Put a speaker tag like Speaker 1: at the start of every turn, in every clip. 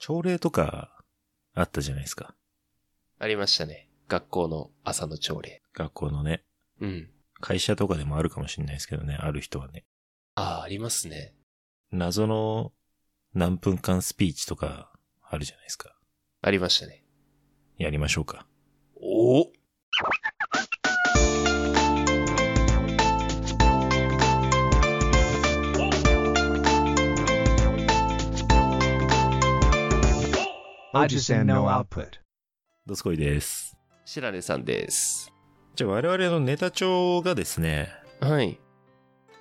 Speaker 1: 朝礼とか、あったじゃないですか。
Speaker 2: ありましたね。学校の朝の朝礼。
Speaker 1: 学校のね。
Speaker 2: うん。
Speaker 1: 会社とかでもあるかもしれないですけどね、ある人はね。
Speaker 2: ああ、ありますね。
Speaker 1: 謎の何分間スピーチとか、あるじゃないですか。
Speaker 2: ありましたね。
Speaker 1: やりましょうか。
Speaker 2: おお
Speaker 3: Ajisen no output.
Speaker 1: どすこいです。
Speaker 2: 白根さんです。
Speaker 1: じゃあ我々のネタ帳がですね、
Speaker 2: はい。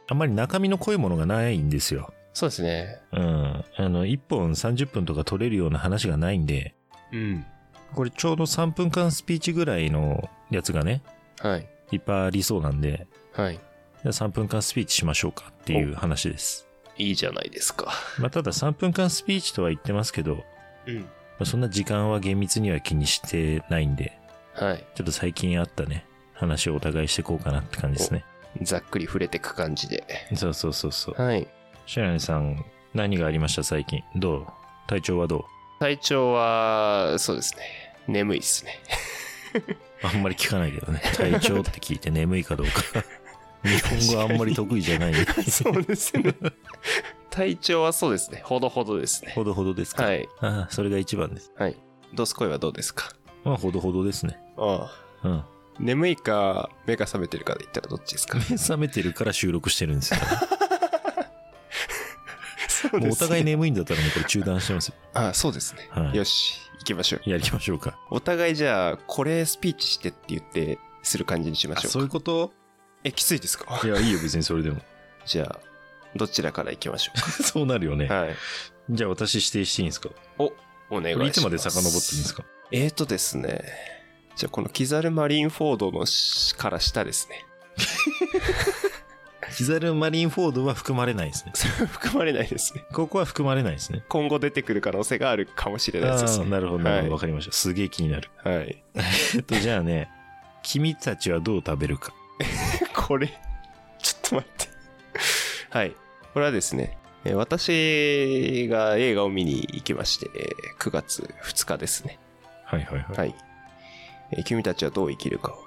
Speaker 1: あんまり中身の濃いものがないんですよ。
Speaker 2: そうですね。
Speaker 1: うん。あの、1本30分とか取れるような話がないんで、
Speaker 2: うん。
Speaker 1: これちょうど3分間スピーチぐらいのやつがね、
Speaker 2: はい。
Speaker 1: いっぱいありそうなんで、
Speaker 2: はい。
Speaker 1: じゃあ3分間スピーチしましょうかっていう話です。
Speaker 2: いいじゃないですか。
Speaker 1: まあただ3分間スピーチとは言ってますけど、ま
Speaker 2: うん。
Speaker 1: あそんな時間は厳密には気にしてないんで、
Speaker 2: はい。
Speaker 1: ちょっと最近あったね、話をお互いしていこうかなって感じですね。
Speaker 2: ざっくり触れてく感じで。
Speaker 1: そうそうそうそう。
Speaker 2: はい。
Speaker 1: 白根さん、何がありました最近どう体調はどう
Speaker 2: 体調は、そうですね。眠いです ね。
Speaker 1: あんまり聞かないけどね。 体調って聞いて眠いかどうか。 日本語あんまり得意じゃない。
Speaker 2: うですね。 体調はそうですね。ほどほどですね。
Speaker 1: ほどほどですか。
Speaker 2: はい。
Speaker 1: ああ、それが一番です。
Speaker 2: はい。ドスコイはどうですか
Speaker 1: まあ、ほどほどですね。
Speaker 2: ああ。
Speaker 1: うん。
Speaker 2: 眠いか、目が覚めてるかで言ったらどっちですか
Speaker 1: 目覚めてるから収録してるんですよ。
Speaker 2: そう
Speaker 1: もうお互い
Speaker 2: ね。
Speaker 1: 眠いんだったらもうこれ中断してますよ。
Speaker 2: ああ、そうですね。
Speaker 1: はい
Speaker 2: よし、行きましょう。
Speaker 1: やりましょうか。
Speaker 2: お互いじゃあ、これスピーチしてって言って、する感じにしましょうか。
Speaker 1: いうこと
Speaker 2: え、きついですか
Speaker 1: いや、いいよ、別にそれで も。
Speaker 2: じゃあ、どちらから行きましょう
Speaker 1: そうなるよね
Speaker 2: か。。はい。
Speaker 1: じゃあ私指定していいんですか
Speaker 2: お願いし
Speaker 1: こ
Speaker 2: ま
Speaker 1: れ
Speaker 2: す。
Speaker 1: いつまで遡っていいんです
Speaker 2: か
Speaker 1: か
Speaker 2: えーとですね。じゃあ、このキザルマリンフォードのしから下ですね。
Speaker 1: キザルマリンフォードは含まれないです ね。
Speaker 2: それは含まれないですね。
Speaker 1: ここは含まれないですね。
Speaker 2: 今後出てくる可能性があるかもしれないで
Speaker 1: あ
Speaker 2: す
Speaker 1: ー
Speaker 2: ね。
Speaker 1: なるほど、なるほど。
Speaker 2: は
Speaker 1: わかりました。すげえ気になる。
Speaker 2: い。はい、
Speaker 1: えっと、じゃあね、君たちはどう食べるか。
Speaker 2: これ、ちょっと待って。はい。これはですね、えー私が映画を見に行きまして、えー9月2日ですね。
Speaker 1: はいはいはい。
Speaker 2: はい。えー君たちはどう生きるかを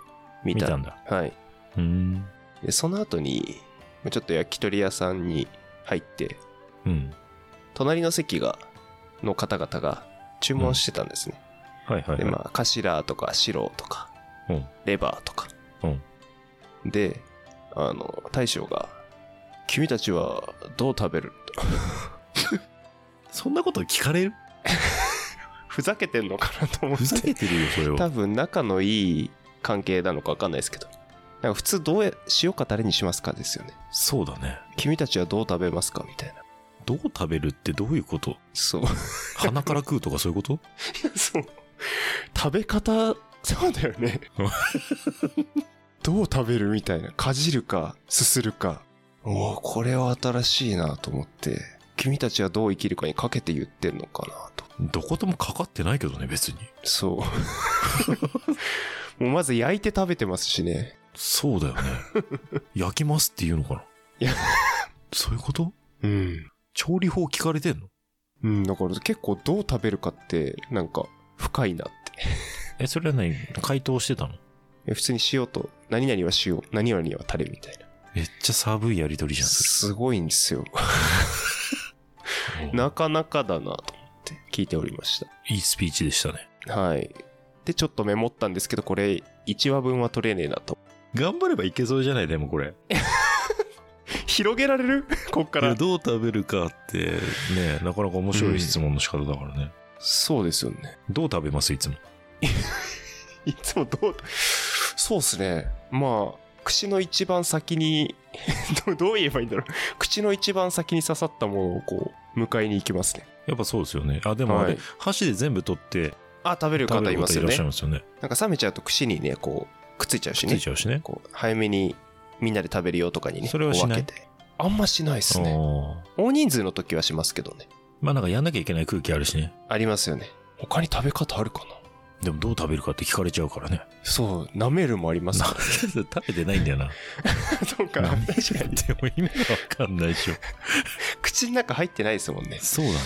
Speaker 2: 見
Speaker 1: 見
Speaker 2: た。
Speaker 1: たんだ。
Speaker 2: はい。
Speaker 1: うーん。
Speaker 2: で、その後に、ちょっと焼き鳥屋さんに入って、
Speaker 1: うん。
Speaker 2: 隣の席が、の方々が注文してたんですね。
Speaker 1: はいはい
Speaker 2: で、
Speaker 1: はい。
Speaker 2: まあ、頭とか白とか、
Speaker 1: うん
Speaker 2: レバーとか。で、あの、大将が、君たちはどう食べる
Speaker 1: そんなこと聞かれる
Speaker 2: ふざけてんのかなと思っ
Speaker 1: ふざ
Speaker 2: て。
Speaker 1: けて るよ、それ
Speaker 2: 多
Speaker 1: は。
Speaker 2: 分仲のいい関係なのか分かんないですけど。なんか普通どうや、塩かタレにしますかですよね。
Speaker 1: そうだね。
Speaker 2: 君たちはどう食べますかみたいな。
Speaker 1: どう食べるってどういうこと
Speaker 2: そう。
Speaker 1: 鼻から食うとかそういうこと
Speaker 2: そう。食べ方、そうだよね。 どう食べるみたいな。かじるか、すするか。おお、これは新しいなと思って、君たちはどう生きるかにかけて言ってんのかなと。
Speaker 1: どこともかかってないけどね、別に。
Speaker 2: そう。もうまず焼いて食べてますしね。
Speaker 1: そうだ よね。焼きますって言うのかない
Speaker 2: や
Speaker 1: そういうこと
Speaker 2: うん。
Speaker 1: 調理法聞かれてんの
Speaker 2: うん、だから結構どう食べるかって、なんか、深いなって
Speaker 1: え、それは何解凍してたの
Speaker 2: え。普通に塩と、何々は塩、何々はタレみたいな。
Speaker 1: めっちゃ寒いやりとりじゃん、そ
Speaker 2: すごいんですよ。
Speaker 1: れうん
Speaker 2: なかなかだなと思って聞いておりました。
Speaker 1: いいスピーチでしたね。
Speaker 2: はい。で、ちょっとメモったんですけど、これ、1話分は取れねえなと。
Speaker 1: 頑張ればいけそうじゃない、でもこれ。
Speaker 2: 広げられる こっか
Speaker 1: いや
Speaker 2: ら。
Speaker 1: どう食べるかってねなかなか面白い質問の仕方だからね、
Speaker 2: そうですよね。
Speaker 1: どう食べますいつも
Speaker 2: いつもどう、そうっすね。まあ、口の一番先に どう、どう言えばいいんだろう。口の一番先に刺さったものをこう、迎えに行きますね。
Speaker 1: やっぱそうですよねあでもあれ、
Speaker 2: はい
Speaker 1: 箸で全部取って
Speaker 2: あ、食べる
Speaker 1: 食
Speaker 2: 方
Speaker 1: べ
Speaker 2: い
Speaker 1: る
Speaker 2: ま
Speaker 1: 方
Speaker 2: す
Speaker 1: いら
Speaker 2: よ
Speaker 1: っ
Speaker 2: ね
Speaker 1: しゃい。ますよね
Speaker 2: なんか冷めちゃうと串にね、こう、くっついちゃう
Speaker 1: つ
Speaker 2: しね
Speaker 1: い。ちゃうしね
Speaker 2: こう、早めにみんなで食べるよとかにね、
Speaker 1: それはしない
Speaker 2: こう分けて。あんましないですね。
Speaker 1: あー
Speaker 2: 大人数の時はしますけどね。
Speaker 1: まあなんかやんなきゃいけない空気あるしね
Speaker 2: ありますよね。他に食べ方あるかな
Speaker 1: でもどう食べるかって聞かれちゃうからね
Speaker 2: そう、舐めるもあります
Speaker 1: な食べてないんだよな
Speaker 2: そうか
Speaker 1: 舐める
Speaker 2: 確かに。
Speaker 1: でも意味がわかんないでしょ
Speaker 2: 口の中入ってないですもんね。
Speaker 1: そうだね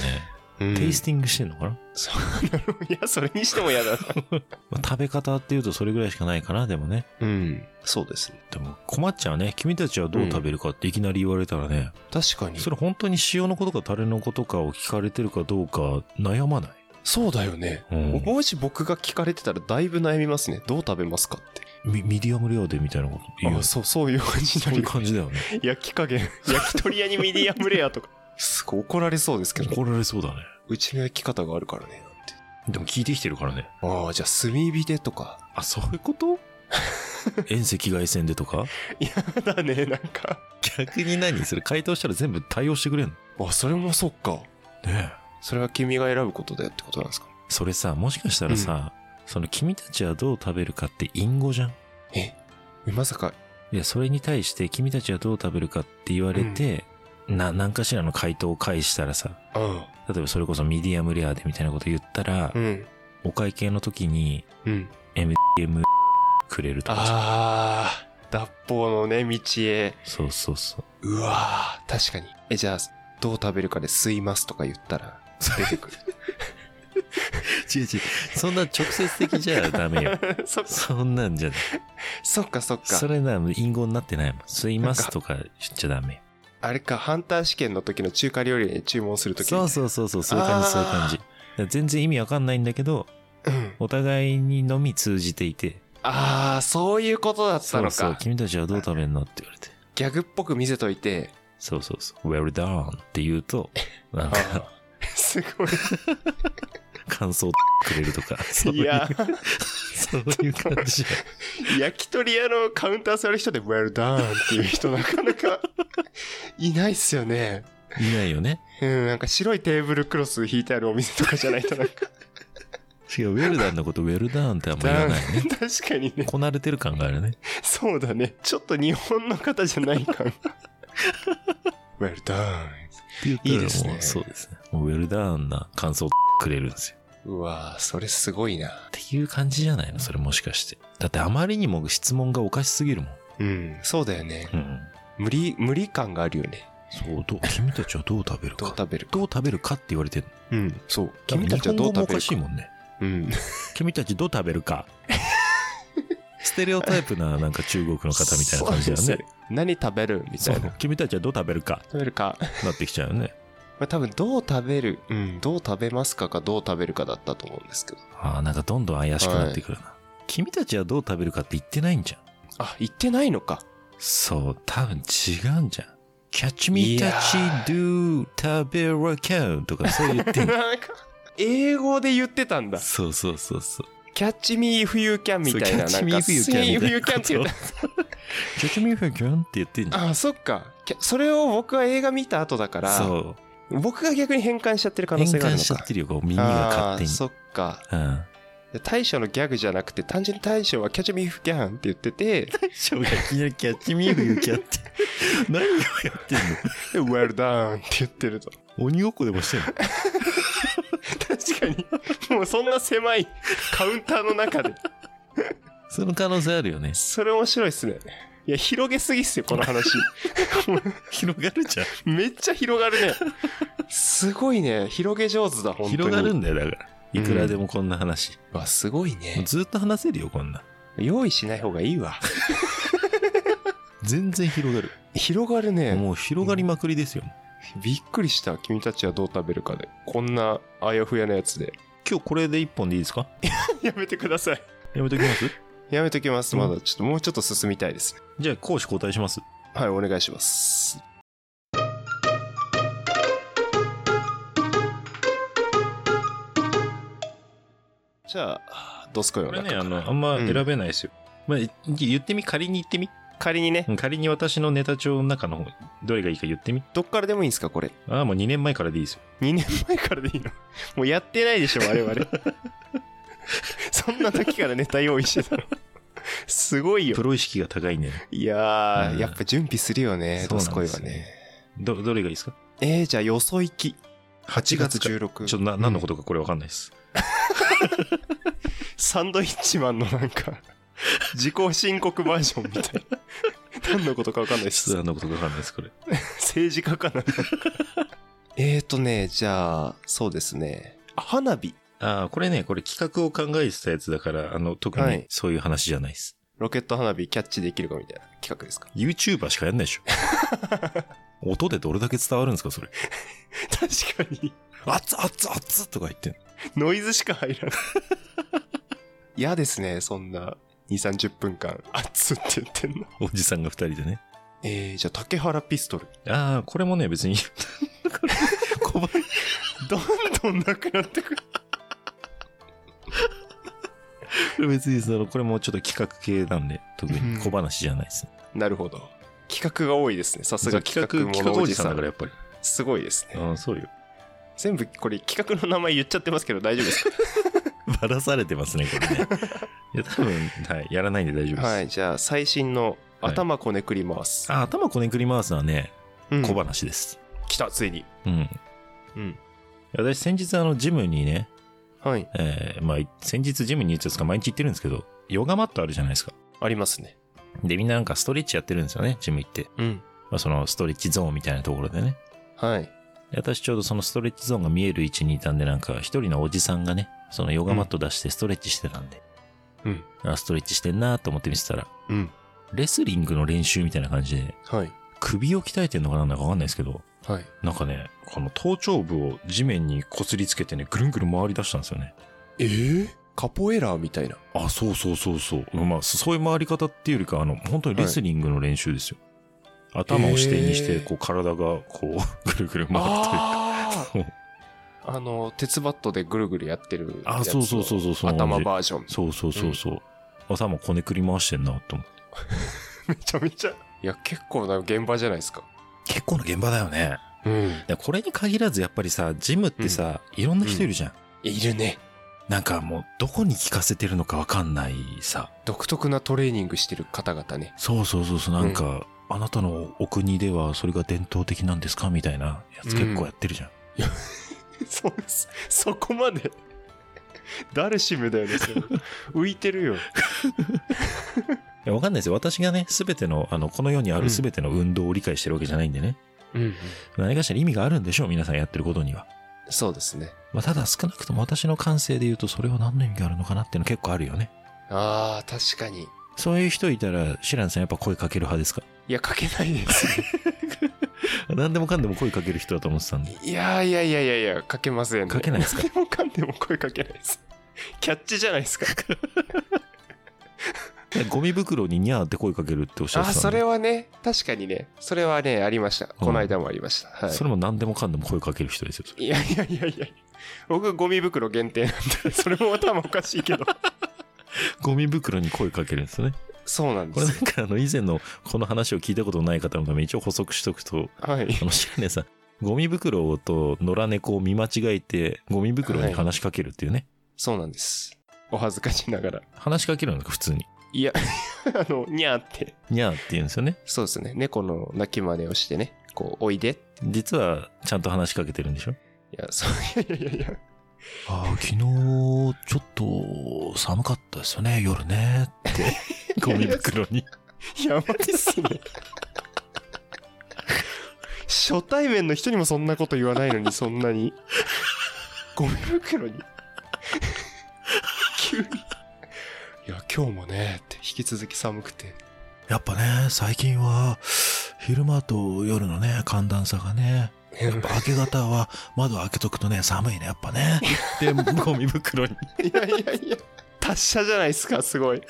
Speaker 2: うん
Speaker 1: テイスティングしてんのかな、
Speaker 2: いや、それにしても嫌だな。
Speaker 1: まあ食べ方っていうとそれぐらいしかないかな、でもね。
Speaker 2: うん。そうですね。
Speaker 1: でも困っちゃうね。君たちはどう食べるかっていきなり言われたらね、
Speaker 2: 確かに。
Speaker 1: それ本当に塩のことかタレのことかを聞かれてるかどうか悩まない。
Speaker 2: そうだよね。
Speaker 1: うん
Speaker 2: もし僕が聞かれてたらだいぶ悩みますね。どう食べますかって。
Speaker 1: ミミディアムレアでみたいなこと言うよ
Speaker 2: あそう、そういう感じに
Speaker 1: そう
Speaker 2: なる
Speaker 1: いう感じだよね。
Speaker 2: 焼き加減。 焼き鳥屋にミディアムレアとか。すごい怒られそうですけど。
Speaker 1: 怒られそうだね。
Speaker 2: うちの焼き方があるからね。なんて
Speaker 1: でも聞いてきてるからね。
Speaker 2: ああ、じゃあ炭火でとか。
Speaker 1: あ、そういうこと遠赤外線でとか
Speaker 2: だね、なんか。
Speaker 1: 逆に何それ回答したら全部対応してくれんの
Speaker 2: あ、それもそっか。
Speaker 1: ね
Speaker 2: それは君が選ぶことだよってことなんですか
Speaker 1: え。それさ、もしかしたらさ、その君たちはどう食べるかって隠語じゃん
Speaker 2: えまさか、
Speaker 1: いや、それに対して君たちはどう食べるかって言われて、な、何かしらの回答を返したらさ、
Speaker 2: うん。
Speaker 1: 例えばそれこそミディアムレアでみたいなこと言ったら、
Speaker 2: うん。
Speaker 1: お会計の時に
Speaker 2: うん。
Speaker 1: くれるとかさ
Speaker 2: ああ、脱法のね、道へ。
Speaker 1: そうそうそう。
Speaker 2: うわー確かに。え、じゃあ、どう食べるかで吸いますとか言ったら、出てくる。
Speaker 1: 違う違う。そんな直接的じゃダメ よ。
Speaker 2: そ
Speaker 1: そんなんじゃない。
Speaker 2: そっかそっか。
Speaker 1: それなら隠語になってないもん。すいますとか言っちゃダメよ。
Speaker 2: あれか、ハンター試験の時の中華料理に注文する時
Speaker 1: そうそうそうそう、そういう感じ、
Speaker 2: あー
Speaker 1: そういう感じ。だから全然意味わかんないんだけど、
Speaker 2: うん。
Speaker 1: お互いにのみ通じていて、
Speaker 2: ああ、そういうことだった
Speaker 1: そ
Speaker 2: の
Speaker 1: う
Speaker 2: か。
Speaker 1: そう、君たちはどう食べるのって言われて。
Speaker 2: ギャグっぽく見せといて。
Speaker 1: そうそうそう。Well done って言うと、なんか、
Speaker 2: すご
Speaker 1: 感想くれるとか、そう
Speaker 2: い。
Speaker 1: い、
Speaker 2: いうや、
Speaker 1: そういう感じじ
Speaker 2: 焼き鳥屋のカウンター座る人で、Well done っていう人なか なかいないっすよね。
Speaker 1: ゃん。いないよね。
Speaker 2: うん、なんか白いテーブルクロス引いてあるお店とかじゃない となんか。
Speaker 1: 違う、Well done のこと Well done ってあんま言わないね。
Speaker 2: 確かにね。
Speaker 1: こなれてる感があるね。
Speaker 2: そうだね。ちょっと日本の方じゃない感が。Well done. いいですね
Speaker 1: もうそうですね。もう Well done な感想くれるんですよ。
Speaker 2: うわーそれすごいな。
Speaker 1: っていう感じじゃないのそれもしかして。だってあまりにも質問がおかしすぎるもん。
Speaker 2: うん、そうだよね。
Speaker 1: うん。
Speaker 2: 無理、無理感があるよね。
Speaker 1: そう、どう君たちはどう食べる
Speaker 2: どう
Speaker 1: か。
Speaker 2: 食べるか。
Speaker 1: どう食べるかって言われてる
Speaker 2: うん、そう。
Speaker 1: の。
Speaker 2: 君たちはど
Speaker 1: 日本
Speaker 2: う
Speaker 1: 語も
Speaker 2: 食
Speaker 1: お
Speaker 2: べる
Speaker 1: かしい
Speaker 2: か。
Speaker 1: もんね。
Speaker 2: うん。
Speaker 1: 君たちどう食べる か。ステレオタイプな、なんか中国の方みたいな感じだ
Speaker 2: そう
Speaker 1: よ
Speaker 2: で
Speaker 1: ね。
Speaker 2: す。何食べるみた
Speaker 1: そ
Speaker 2: いうな。。
Speaker 1: 君たちはどう食べるか、
Speaker 2: 食べるか。ま
Speaker 1: なってきちゃうよね。
Speaker 2: あ多分、どう食べる、うん、どう食べますかかどう食べるかだったと思うんですけど。
Speaker 1: ああ、なんかどんどん怪しくなってくるな。君たちはどう食べるかって言ってないんじゃん。
Speaker 2: あ、言ってないのか。
Speaker 1: そう、多分違うんじゃん。キャッチミータチドゥ食べるかとかそう言ってんじゃん
Speaker 2: なんか、英語で言ってたん だ。
Speaker 1: そうそうそうそう。
Speaker 2: キャッチミーフユーキャンみたいな。
Speaker 1: そう
Speaker 2: なんか
Speaker 1: Catch me if you can みたいな
Speaker 2: See if you can って言った。
Speaker 1: キャッチミーフキュンって言ってんじゃん。
Speaker 2: あそっか。きゃそれを僕は映画見た後だから、
Speaker 1: そう。
Speaker 2: 僕が逆に変換しちゃってる可能
Speaker 1: 変
Speaker 2: 性がある
Speaker 1: 換
Speaker 2: の
Speaker 1: しちゃ
Speaker 2: か
Speaker 1: っ。てるよ、こう耳が勝手
Speaker 2: あー
Speaker 1: に。
Speaker 2: そっか。
Speaker 1: うん。
Speaker 2: 大将のギャグじゃなくて、単純に大将はキャッチミーフギャンって言ってて、
Speaker 1: 翔がいきなりキャッチミーフユーキャって。 何をやってん
Speaker 2: で well done って言ってると。
Speaker 1: の鬼ごっこでもしてんの
Speaker 2: 確かに、もうそんな狭いカウンターの中で。
Speaker 1: その可能性あるよね。
Speaker 2: それ面白いっすね。いや、広げすぎっすよ、こ の話。
Speaker 1: 広がるじゃん。
Speaker 2: めっちゃ広がるね。すごいね。広げ上手だ、本当に。
Speaker 1: 広がるんだよ、だから。いくらでもこんな話。
Speaker 2: わ、すごい
Speaker 1: もう
Speaker 2: ね。
Speaker 1: ずっと話せるよ、こんな。
Speaker 2: 用意しない方がいいわ。
Speaker 1: 全然広がる。
Speaker 2: 広がるね。
Speaker 1: もう広がりまくりですよ。
Speaker 2: びっくりした君たちはどう食べるかでこんなあやふやなやつで
Speaker 1: 今日これで一本でいいですか
Speaker 2: やめてください
Speaker 1: やめときます
Speaker 2: やめときます
Speaker 1: うん
Speaker 2: まだちょっともうちょっと進みたいですね
Speaker 1: じゃあ、講師交代します。
Speaker 2: はいお願いしますじゃあどうすこよ
Speaker 1: こ
Speaker 2: う
Speaker 1: れ
Speaker 2: な
Speaker 1: ね、あの、あんま選べないですよ。まあ、い言ってみ、仮に言ってみ。
Speaker 2: 仮にね
Speaker 1: うん仮に私のネタ帳の中の方、どれがいいか言ってみ。
Speaker 2: どっからでもいいんですかこれ
Speaker 1: ああ、もう2年前からでいいですよ。
Speaker 2: 2年前からでい いのもうやってないでしょ我々そんな時からネタ用意してたのすごいよ
Speaker 1: プロ意識が高いね。
Speaker 2: いやー、
Speaker 1: うん
Speaker 2: やっぱ準備するよね
Speaker 1: そ
Speaker 2: ど
Speaker 1: う
Speaker 2: う
Speaker 1: な
Speaker 2: す
Speaker 1: ん
Speaker 2: こ
Speaker 1: で
Speaker 2: い
Speaker 1: すよ
Speaker 2: はね
Speaker 1: ど、どれがいいですか
Speaker 2: えー、じゃあよそ行き
Speaker 1: 8
Speaker 2: 1月
Speaker 1: ちょ
Speaker 2: 16
Speaker 1: っとな、何のことかこれわかんないです。
Speaker 2: サンドイッチマンのな んか自己申告バージョンみたいな何のことか分かんないで す
Speaker 1: 何のことかわかんないです、これ。
Speaker 2: 政治家かなえーとね、じゃあ、そうですね。あ花火。
Speaker 1: ああ、これね、これ企画を考えてたやつだから、あの、特
Speaker 2: はい
Speaker 1: にそういう話じゃないです。
Speaker 2: ロケット花火キャッチできるかみたいな企画ですか
Speaker 1: YouTuber しかやんないで しょ。音でどれだけ伝わるんですか、それ。
Speaker 2: 確かに。
Speaker 1: 熱熱熱とか言ってん
Speaker 2: ノイズしか入らない。 嫌ですね、そんな。2、30分間、あっつって言ってんの。
Speaker 1: のおじさんが二人でね。
Speaker 2: えー、じゃあ、竹原ピストル。
Speaker 1: ああ、これもね、別に これ小林
Speaker 2: どんどんなくなってくる。
Speaker 1: これ別にその、これもちょっと企画系なんで、特に小話じゃないですね。
Speaker 2: なるほど。企画が多いですね。さす
Speaker 1: そう
Speaker 2: が企画
Speaker 1: 企
Speaker 2: も
Speaker 1: 画
Speaker 2: の
Speaker 1: お
Speaker 2: お
Speaker 1: じ
Speaker 2: じ
Speaker 1: さん
Speaker 2: さ
Speaker 1: だから
Speaker 2: ん。
Speaker 1: やっぱり。
Speaker 2: すごいですね。
Speaker 1: うん、そうよ。
Speaker 2: 全部これ企画の名前言っちゃってますけど大丈夫です
Speaker 1: ばらされてますね、これね。いや、多分、はい、やらないんで大丈夫で
Speaker 2: か
Speaker 1: す。
Speaker 2: はい、じゃあ最新の
Speaker 1: はい
Speaker 2: 頭こねくり回す。
Speaker 1: あ、頭こねくり回すのはね、
Speaker 2: うん
Speaker 1: 小話です。
Speaker 2: 来た、ついに。
Speaker 1: うん。い
Speaker 2: うん。
Speaker 1: や私、先日、あの、ジムにね、
Speaker 2: はい、
Speaker 1: えーまあ、先日ジムに行ってたんですか、毎日行ってるんですけど、ヨガマットあるじゃないですか。
Speaker 2: ありますね。
Speaker 1: で、みんななんかストレッチやってるんですよね、ジム行って。
Speaker 2: うん。
Speaker 1: まあ、そのストレッチゾーンみたいなところでね。
Speaker 2: はい。
Speaker 1: で私ちょうどそのストレッチゾーンが見える位置にいたんで、なんか一人のおじさんがね、そのヨガマット出してストレッチしてたんで、
Speaker 2: うん。
Speaker 1: あストレッチしてんなと思って見てたら、
Speaker 2: うん。
Speaker 1: レスリングの練習みたいな感じで、
Speaker 2: はい。
Speaker 1: 首を鍛えてんのかなんだかわかんないですけど、
Speaker 2: はい。
Speaker 1: なんかね、この頭頂部を地面にこすりつけてね、ぐるんぐるん回り出したんですよね。
Speaker 2: えー、カポエラーみたいな。
Speaker 1: あ、そうそうそうそう。まあ、そそういう回り方っていうよりか、あの、本当にレスリングの練習ですよ。頭を支点にして、
Speaker 2: へー
Speaker 1: こう、体が、こう、 ぐるぐる回って。
Speaker 2: あ
Speaker 1: そう
Speaker 2: ああの、鉄バットでぐるぐるやってるやつの。
Speaker 1: あ、そうそうそうそうそう。
Speaker 2: 頭バージョン。
Speaker 1: そうそうそうそう。頭もこねくり回してんな、と思って。
Speaker 2: めちゃめちゃ。いや、結構な現場じゃないですか。
Speaker 1: 結構な現場だよね。
Speaker 2: うん。
Speaker 1: これに限らず、やっぱりさ、ジムってさ、いろんな人いるじゃん。
Speaker 2: いるね。
Speaker 1: なんかもう、どこに効かせてるのかわかんないさ。
Speaker 2: 独特なトレーニングしてる方々ね。
Speaker 1: そうそうそうそう、なんか、あなたのお国ではそれが伝統的なんですかみたいなやつ結構やってるじゃん。
Speaker 2: そうです。そこまで。ダルシムだよね、そ れ浮いてるよ。
Speaker 1: いやわかんないですよ。私がね、すべての、あの、この世にあ
Speaker 2: うん
Speaker 1: るすべての運動を理解してるわけじゃないんでね。
Speaker 2: うん。
Speaker 1: 何かしら意味があるんでしょう、皆さんやってることには。
Speaker 2: そうですね。
Speaker 1: まあ、ただ少なくとも私の感性で言うと、それは何の意味があるのかなっていうの結構あるよね。
Speaker 2: ああ、確かに。
Speaker 1: そういう人いたら、シランさんやっぱ声かける派ですか
Speaker 2: いや、書けないです。
Speaker 1: 何でもかんでも声かける人だと思ってたんで。
Speaker 2: いやいやいやいやいや、書けません、ね。
Speaker 1: かけないですか
Speaker 2: 何でもかんでも声かけないです。キャッチじゃないですか。
Speaker 1: でゴミ袋にニャーって声かけるっておっしゃ
Speaker 2: あ
Speaker 1: ってたん
Speaker 2: あ、
Speaker 1: で。
Speaker 2: それはね、確かにね、それはね、ありました。この間もありました。はい。
Speaker 1: それも何でもかんでも声かける人ですよ。それ
Speaker 2: いやいやいやいや。僕、ゴミ袋限定なんで、 それも頭おかしいけど。
Speaker 1: ゴミ袋に声かけるんですよね。
Speaker 2: そうなん
Speaker 1: こ
Speaker 2: で
Speaker 1: れなん
Speaker 2: す。
Speaker 1: かあの以前のこの話を聞いたことない方のために一応補足しとくと、
Speaker 2: はい。
Speaker 1: あの白根さん、ゴミ袋と野良猫を見間違えてゴミ袋に話しかけるっていうね。
Speaker 2: そうなんです。お恥ずかしながら。
Speaker 1: 話しかけるのか普通に。
Speaker 2: いや、 あの、にゃーって。
Speaker 1: ニャーって言うんですよね。
Speaker 2: そうですね。猫の鳴き真似をしてね、こう、おいで。
Speaker 1: 実はちゃんと話しかけてるんでしょ
Speaker 2: いや、そう、いやいやいやいや。
Speaker 1: ああ、昨日ちょっと寒かったですよね、夜ねって。 ゴミ袋に。
Speaker 2: やばいっすね。初対面の人にもそんなこと言わないのに、そんなに。ゴミ袋に。急に。いや、今日もね、って、引き続き寒くて。
Speaker 1: やっぱね、最近は昼間と夜のね、寒暖差がね、やっぱ明け方は窓開けとくとね、寒いね、やっぱね。で、ゴミ袋に。
Speaker 2: いやいやいや。達者じゃないですか、すごい。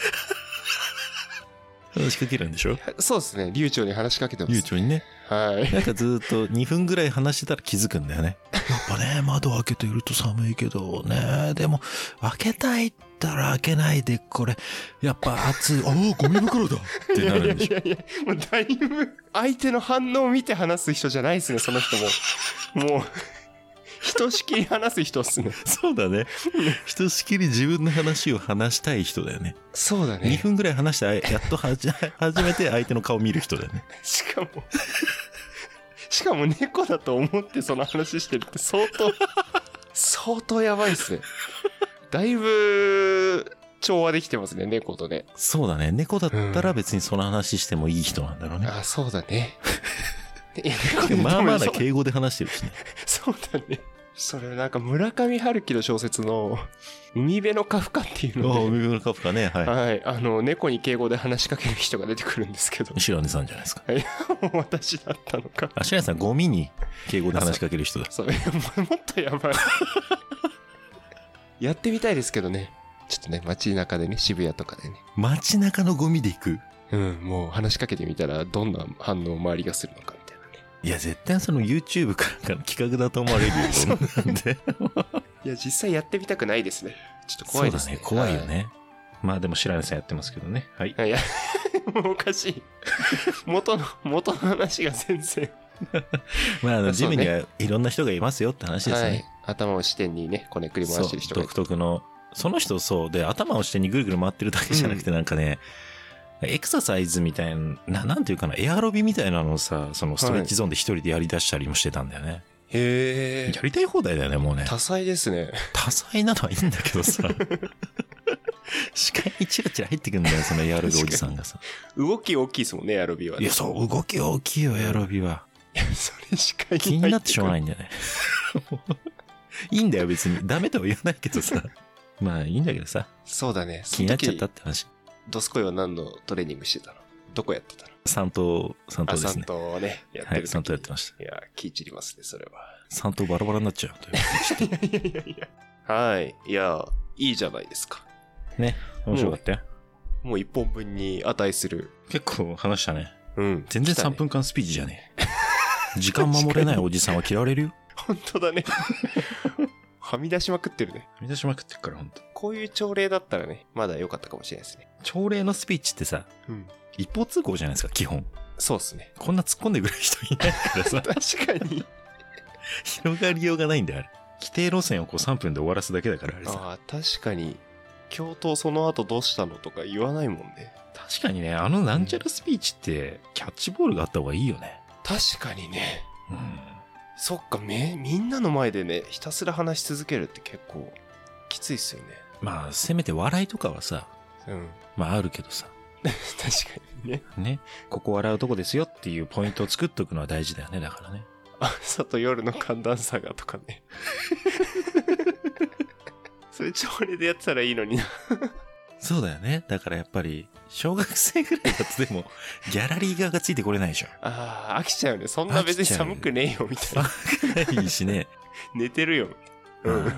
Speaker 1: 話しかけるんでしょ
Speaker 2: そうですね、流暢に話しかけてます。
Speaker 1: 悠長にね。
Speaker 2: はい。
Speaker 1: なんかずーっと2分ぐらい話してたら気づくんだよね。やっぱね、窓開けていると寒いけどね、でも、開けたいったら開けないで、これ、やっぱ暑い。 ああ、ゴミ袋だってなるんでしょ。
Speaker 2: いやいやいや、もうだいぶ、相手の反応を見て話す人じゃないですね、その人も。もう、 ひとしきり話す人っすね。
Speaker 1: そうだね。ひとしきり自分の話を話したい人だよね。
Speaker 2: そうだ
Speaker 1: 2。分ぐらい話して、あやっとはじ 初めて相手の顔見る人だよね。
Speaker 2: しかも、 しかも猫だと思ってその話してるって相当、相当やばいっすね。だいぶ、調和できてますね、猫とね。
Speaker 1: そうだね。猫だった
Speaker 2: う
Speaker 1: ら別にその話してもいい人なんだろうね。
Speaker 2: あ、そうだね。いや猫
Speaker 1: まあまあな
Speaker 2: でも
Speaker 1: 敬語で話してるしね。
Speaker 2: そそうだね。それなんか村上春樹の小説の海辺のカフカって いう
Speaker 1: お
Speaker 2: ので、
Speaker 1: 海辺のカフカね、は
Speaker 2: はい、あの、猫に敬語で話しかける人が出てくるんですけ ど
Speaker 1: い。、白根さんじゃないですか。
Speaker 2: もう私だったのか。
Speaker 1: あ、白根さん、ゴミに敬語で話しかける人だ。
Speaker 2: そう、いやもうもっとやばい。 やってみたいですけどね。ちょっとね、街中でね、渋谷とかでね。
Speaker 1: 街中のゴミで行く
Speaker 2: うん、もう話しかけてみたら、どんな反応を周りがするのかみたいなね。
Speaker 1: いや、絶対その YouTube かなんかの企画だと思われる よ。そんなんで。
Speaker 2: いや、実際やってみたくないですね。ちょっと怖いですね。
Speaker 1: そうだね怖いよね。まあでも白根さんやってますけどね。はい。
Speaker 2: はい。いや、 もうおかしい。元の、元の話が全然。
Speaker 1: まああの、ジ
Speaker 2: そう
Speaker 1: ム
Speaker 2: ね
Speaker 1: にはいろんな人がいますよって話です
Speaker 2: はい
Speaker 1: ね。。
Speaker 2: 頭を視点にね、こねくり回
Speaker 1: そ
Speaker 2: して
Speaker 1: う
Speaker 2: る、人が
Speaker 1: 独特の。その人そう。で、頭を下にぐるぐる回ってるだけじゃなくて、なんかね、エクササイズみたいな、なんていうかな、エアロビみたいなのをさ、そのストレッチゾーンで一人でやり出したりもしてたんだよね。
Speaker 2: へ
Speaker 1: やりたい放題だよね、もうね。
Speaker 2: 多彩ですね。
Speaker 1: 多彩なのはいいんだけど さ。視界にチラチラ入ってくんだよ、そのエアロビおじさんがさ。
Speaker 2: 動き大きいですもんね、アロビはいね。
Speaker 1: や、そう、動き大きいよ、エアロビは。
Speaker 2: いや それしか。
Speaker 1: 気になってしょうがないいんだよ ね。いいんだよ、別に。ダメとは言わないけどさ。まあ、いいんだけどさ。
Speaker 2: そうだね。
Speaker 1: 気になっちゃったって話。
Speaker 2: その時。ドスコイは何のトレーニングしてたのどこやってたの
Speaker 1: 三頭、三頭
Speaker 2: あ、
Speaker 1: です
Speaker 2: 三
Speaker 1: ね。
Speaker 2: 頭をね、やって
Speaker 1: は
Speaker 2: る
Speaker 1: い、
Speaker 2: 時。
Speaker 1: 三頭やってました。
Speaker 2: いや、気散りますね、それは。
Speaker 1: 三頭バラバラになっちゃうという。
Speaker 2: いやいやいやいや。はい。いや、いいじゃないですか。
Speaker 1: 面白かったよ。
Speaker 2: もう一本分に値する。
Speaker 1: 結構話したね。
Speaker 2: うん。
Speaker 1: 全然
Speaker 2: 来た
Speaker 1: 3
Speaker 2: ね
Speaker 1: 分間スピーチじゃねえ。時間守れないおじさんは嫌われるよ。
Speaker 2: 本当だね。はみ出しまくってるね。
Speaker 1: はみ出しまくってっから、ほんと。
Speaker 2: こういう朝礼だったらね、まだ良かったかもしれないですね。
Speaker 1: 朝礼のスピーチってさ、
Speaker 2: うん。
Speaker 1: 一方通行じゃないですか、基本。
Speaker 2: そうっすね。
Speaker 1: こんな突っ込んでくる人いないから さ、
Speaker 2: 確かに。
Speaker 1: 広がりようがないんだよ、あれ。規定路線をこう3分で終わらすだけだから、あれさ。
Speaker 2: ああ、確かに。教頭その後どうしたのとか言わないもんね。
Speaker 1: 確かにね、あのなんちゃらスピーチって、キャッチボールがあった方がいいよね。
Speaker 2: 確かにね。
Speaker 1: うん。
Speaker 2: そっか、め、みんなの前でね、ひたすら話し続けるって結構、きついっすよね。
Speaker 1: まあ、せめて笑いとかはさ、
Speaker 2: うん。
Speaker 1: まああるけどさ、
Speaker 2: 確かにね。
Speaker 1: ね。ここ笑うとこですよっていうポイントを作っとくのは大事だよね、だからね。
Speaker 2: 朝と夜の寒暖差がとか ね。それ朝礼でやってたらいいのにな。
Speaker 1: そうだよね。だからやっぱり、小学生ぐらいだとで も、ギャラリー側がついてこれないでしょ。
Speaker 2: ああ、飽きちゃうね。そんな別に寒くねえよ、みたいな。
Speaker 1: ないしね。
Speaker 2: 寝てるよ。う
Speaker 1: うん
Speaker 2: ん。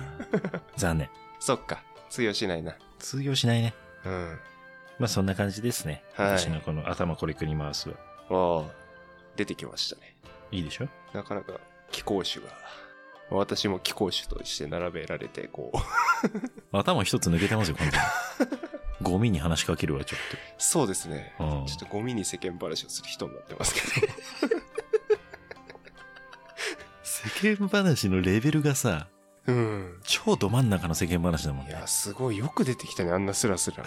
Speaker 1: 残念。
Speaker 2: そっか。通用しないな。
Speaker 1: 通用しないね。
Speaker 2: うん。
Speaker 1: まあそんな感じですね。
Speaker 2: はい
Speaker 1: 私のこの頭これくり回すは。
Speaker 2: ああ、出てきましたね。
Speaker 1: いいでしょ
Speaker 2: なかなか気候種が。私も気候種として並べられて、こう。
Speaker 1: 頭一つ抜けてますよ、今度。ゴミに話しかけるわ、ちょっ
Speaker 2: そうですね。
Speaker 1: と。うん
Speaker 2: ちょっとゴミに世間話をする人になってま すけど。
Speaker 1: 世間話のレベルがさ、
Speaker 2: うん。
Speaker 1: 超ど真ん中の世間話だもん
Speaker 2: い
Speaker 1: ね。
Speaker 2: や、すごいよく出てきたね、あんなスラ スラ。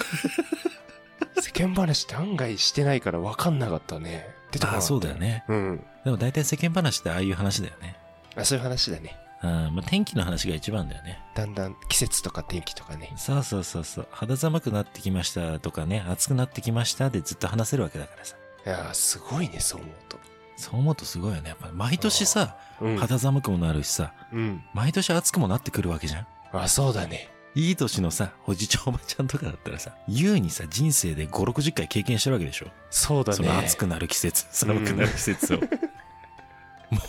Speaker 2: 世間話って案外してないから分かんなかったね。出てこ
Speaker 1: ああ、
Speaker 2: なかった
Speaker 1: そうだよ。ね。
Speaker 2: うん。
Speaker 1: でも大体世間話ってああいう話だよね。
Speaker 2: あ、そういう話だね。
Speaker 1: うん、まあ、天気の話が一番だよね。
Speaker 2: だんだん季節とか天気とかね。
Speaker 1: そうそうそうそう。肌寒くなってきましたとかね、暑くなってきましたでずっと話せるわけだからさ。
Speaker 2: いやー、すごいね、そう思うと。
Speaker 1: そう思うとすごいよね。やっぱ毎年さ、
Speaker 2: うん。
Speaker 1: 肌寒くもなるしさ、
Speaker 2: うん。
Speaker 1: 毎年暑くもなってくるわけじゃん。
Speaker 2: あ、そうだね。
Speaker 1: いい年のさ、おじちゃんおばちゃんとかだったらさ、優にさ、人生で5、60回経験してるわけでしょ。
Speaker 2: そうだね。
Speaker 1: その暑くなる季節、寒くなる季節を。 もう、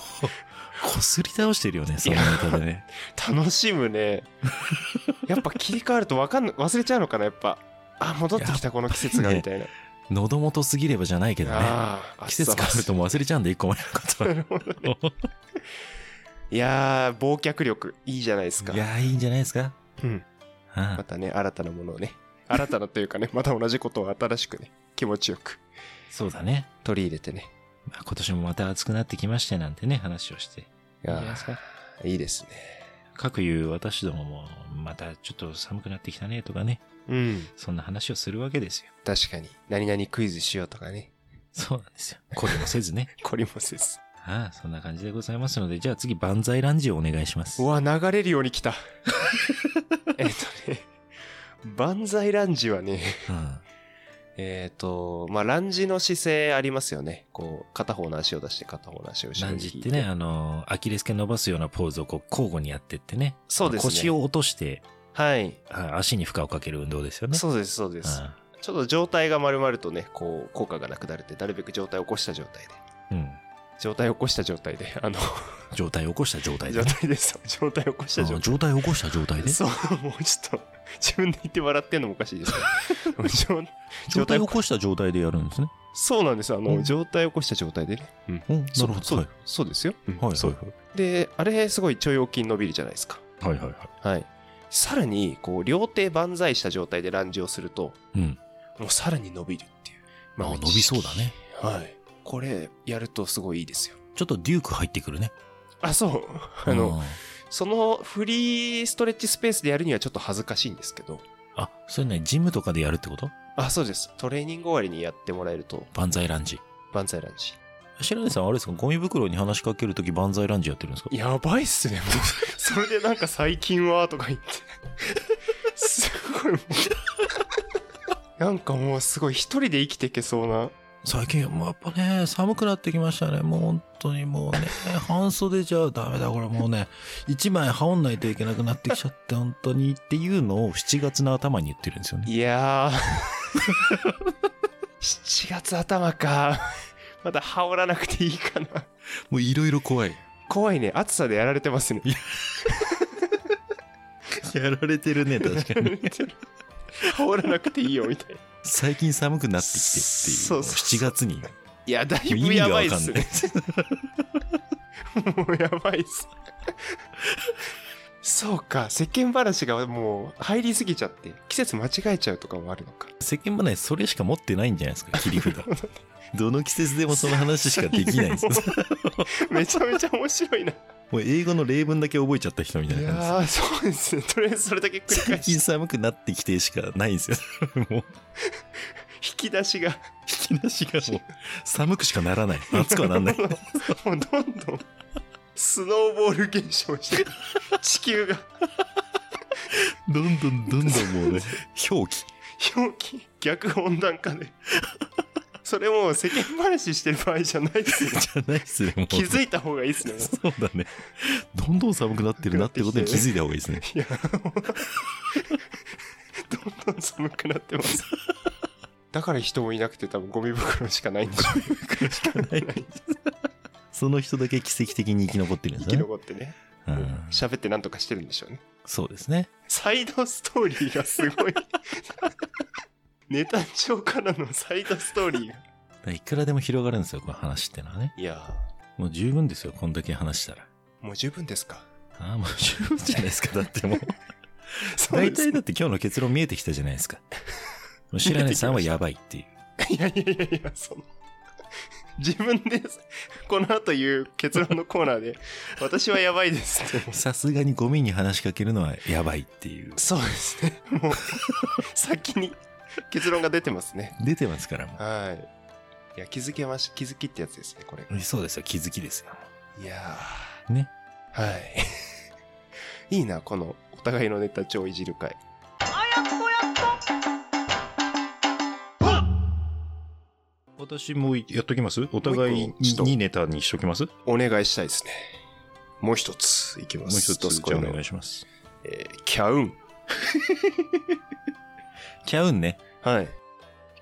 Speaker 1: こすり倒してるよね、そのネタでね。
Speaker 2: 楽しむ ね。やっぱ切り替わるとわかんな忘れちゃうのかな、やっぱ。あ、戻ってきた、この季節が、
Speaker 1: やっ
Speaker 2: み
Speaker 1: ぱ
Speaker 2: たいな。
Speaker 1: 喉元すぎればじゃないけどね。
Speaker 2: ああ、
Speaker 1: 季節変わるともう忘れちゃうんで、一個前のことは。
Speaker 2: なるほ どね。いやー、忘却力、いいじゃないですか。
Speaker 1: いやー、いいんじゃないですか。
Speaker 2: うん。
Speaker 1: あ
Speaker 2: ま
Speaker 1: あ
Speaker 2: たね、新たなものをね。新たなというかね、 また同じことを新しくね、気持ちよく
Speaker 1: そうだね。
Speaker 2: 取り入れてね。
Speaker 1: まあ今年もまた暑くなってきましてなんてね、話をして。
Speaker 2: いや
Speaker 1: いいですか
Speaker 2: ーいいですね。
Speaker 1: かくいう私どもも、またちょっと寒くなってきたねとかね、
Speaker 2: うん。
Speaker 1: そんな話をするわけですよ。
Speaker 2: 確かに。何々クイズしようとかね。
Speaker 1: そうなんですよ。これもせずね。
Speaker 2: こりもせず。
Speaker 1: ああ、そんな感じでございますので、じゃあ次、万歳ランジをお願いします
Speaker 2: う。わ、流れるように来た。 えっとね、万歳ランジはね、
Speaker 1: うん。
Speaker 2: えっ、と、まあ、ランジの姿勢ありますよね。こう、片方の足を出して片方の足を後ろ
Speaker 1: ラン
Speaker 2: に
Speaker 1: ジっ
Speaker 2: 引い
Speaker 1: てね、。あの、アキレス腱伸ばすようなポーズをこう交互にやってってね。
Speaker 2: そうですね
Speaker 1: 腰を落として、
Speaker 2: はい。
Speaker 1: はい足に負荷をかける運動ですよね。
Speaker 2: そうです、そうです。
Speaker 1: あ
Speaker 2: ちょっと状態が丸々とね、こう、効果がなくなるって、なるべく状態を起こした状態で。
Speaker 1: あうん。
Speaker 2: 状態を起こした状態で、あの、
Speaker 1: 状態を起こした状態で
Speaker 2: 状
Speaker 1: ね。
Speaker 2: 態です。状態を起こした
Speaker 1: あ
Speaker 2: 状
Speaker 1: あ
Speaker 2: 態。
Speaker 1: 状態を起こした状態で。
Speaker 2: そう、もうちょっと、自分で言って笑ってんのもおかしいですけど 状
Speaker 1: 状態を起こした状態でやるんですね。
Speaker 2: そうなんですよ。あ
Speaker 1: う
Speaker 2: の、
Speaker 1: ん
Speaker 2: 状態を起こした状態でね。うん。な
Speaker 1: うん、なるほど。
Speaker 2: そう
Speaker 1: はい。
Speaker 2: そうですよ。うん
Speaker 1: はい
Speaker 2: そうで、あれ、すごい腸腰筋伸びるじゃないですか。
Speaker 1: はいはいはい。
Speaker 2: はい。さらに、こう、両手万歳した状態でランジをすると、
Speaker 1: うん。
Speaker 2: もうさらに伸びるっていう。
Speaker 1: まあ、伸びそうだ。ね。
Speaker 2: はい。これ、やるとすごいいいですよ。
Speaker 1: ちょっとデューク入ってくるね。
Speaker 2: あ、そう。あの、、そのフリーストレッチスペースでやるにはちょっと恥ずかしいんですけど、
Speaker 1: あ、それね、ジムとかでやるってこと
Speaker 2: あ、そうです。トレーニング終わりにやってもらえると、
Speaker 1: 万歳ランジ。
Speaker 2: 万歳ランジ。
Speaker 1: 白根さん、あれですか、ゴミ袋に話しかけるとき万歳ランジやってるんですか
Speaker 2: やばいっすね、もう。 それでなんか最近は、とか言って。 すごいも う。なんかもうすごい一人で生きていけそうな。
Speaker 1: 最近、もうやっぱね、寒くなってきましたね。もう本当にもうね、 半袖じゃダメだ、これもうね、一枚羽織んないといけなくなってきちゃって、本当にっていうのを7月の頭に言ってるんですよね。
Speaker 2: いやー。7月頭か。まだ羽織らなくていいかな。
Speaker 1: もういろいろ怖い。
Speaker 2: 怖いね。暑さでやられてますね。
Speaker 1: やられてるね、確かに。
Speaker 2: 羽織らなくていいよ、みたいな。
Speaker 1: 最近寒くなってきてっていう。
Speaker 2: そうそう
Speaker 1: 7月に。
Speaker 2: いや、だい
Speaker 1: 意
Speaker 2: ぶ
Speaker 1: 味
Speaker 2: や
Speaker 1: が
Speaker 2: ばい
Speaker 1: わ
Speaker 2: っ
Speaker 1: かん
Speaker 2: す
Speaker 1: な
Speaker 2: ね
Speaker 1: い。。
Speaker 2: もうやばいっす。そうか、世間話がもう入りすぎちゃって、季節間違えちゃうとかもあるのか。
Speaker 1: 世間もね、それしか持ってないんじゃない ですか、切り札。どの季節でもその話しかできないんです。
Speaker 2: めちゃめちゃ面白いな。い
Speaker 1: もう英語の例文だけ覚えちゃった人みたいな感
Speaker 2: やー、そうですね。とりあえずそれだけ
Speaker 1: じです。
Speaker 2: 繰り
Speaker 1: 最
Speaker 2: 返し、
Speaker 1: 近寒くなってきてしかないんですよ。もう、
Speaker 2: 引き出しが、
Speaker 1: 引き出しがもう、寒くしかならない。暑くはならない。
Speaker 2: もうどんどん、スノーボール現象して、地球が、
Speaker 1: どんどんどんどんもうね、表記。
Speaker 2: 表記、逆温暖化 で。それもう世間話してる場合じゃないですよ。
Speaker 1: じゃないっすね、もう。
Speaker 2: 気づいた方がいいっすね。もう
Speaker 1: そうだね。どんどん寒くなってるなってことに気づいた方がいいですね。
Speaker 2: いや、どんどん寒くなってます。 だから人もいなくて多分ゴミ袋しかないんでしょう。
Speaker 1: その人だけ奇跡的に生き残ってるんで
Speaker 2: 生
Speaker 1: すよ
Speaker 2: き
Speaker 1: ね。
Speaker 2: 残ってね。
Speaker 1: うん、
Speaker 2: 喋ってなんとかしてるんでしょうね。
Speaker 1: そうですね。
Speaker 2: サイドストーリーがすごい。 ネタ帳からのサイドストーリーが。
Speaker 1: だからいくらでも広がるんですよ、この話ってのはね。
Speaker 2: いや
Speaker 1: もう十分ですよ、こんだけ話したら。
Speaker 2: ー、もう十分ですか。
Speaker 1: ああ、もう十分じゃないです か、だってもう。
Speaker 2: そう
Speaker 1: 大
Speaker 2: です
Speaker 1: 体
Speaker 2: ね
Speaker 1: だって今日の結論見えてきたじゃないですか。もう白根さんはやばいっていう。
Speaker 2: いやいやいやいや、その。自分です。この後言う結論のコーナーで、私はやばいですって。
Speaker 1: さすがにゴミに話しかけるのはやばいっていう。
Speaker 2: そうですね。もう、先に結論が出てますね。
Speaker 1: 出てますからも
Speaker 2: はい。いや、気づけまし、気づきってやつですね、これ。
Speaker 1: う。そうですよ、気づきですよ。
Speaker 2: いや
Speaker 1: ね。
Speaker 2: ー。はい。いいな、この、お互いのネタ帳いじる会。
Speaker 1: 私もやっときますお
Speaker 2: 互いにもう一個ちょっと
Speaker 1: にネタにしときますも
Speaker 2: お願いしたいですね。もう一つ、いきます。どすこいの
Speaker 1: します。
Speaker 2: えーキャウン。
Speaker 1: キャウンね。
Speaker 2: はい。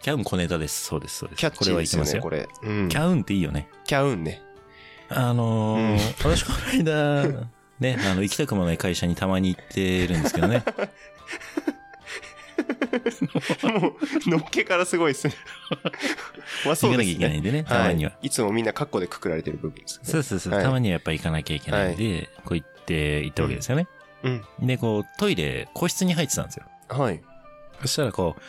Speaker 1: キャウン小ネタです。そうです、そうです。
Speaker 2: キャッ
Speaker 1: こ
Speaker 2: チ
Speaker 1: れ
Speaker 2: ー
Speaker 1: は
Speaker 2: で
Speaker 1: い
Speaker 2: す
Speaker 1: け
Speaker 2: よ
Speaker 1: ます
Speaker 2: ね、
Speaker 1: よ
Speaker 2: こ。れ。うん
Speaker 1: キ。ャウンっていいよね。
Speaker 2: キャウンね。
Speaker 1: あのー
Speaker 2: うん
Speaker 1: 私この 間、ね、あの、行きたくもない会社にたまに行ってるんですけどね。
Speaker 2: もう、のっけからすごい ですね。ま
Speaker 1: 行
Speaker 2: あ そう
Speaker 1: か
Speaker 2: で
Speaker 1: なきゃ
Speaker 2: す
Speaker 1: いけな
Speaker 2: ね。
Speaker 1: いんでね、たまには。
Speaker 2: い。いつもみんなカッコでくくられてる部分ですね。
Speaker 1: そうそうそう、
Speaker 2: はい
Speaker 1: たまにはやっぱ行かなきゃいけないんで、こう行って、行ったわけですよね。
Speaker 2: うん。
Speaker 1: で、こう、トイレ、個室に入ってたんですよ。
Speaker 2: はい。
Speaker 1: そしたらこう、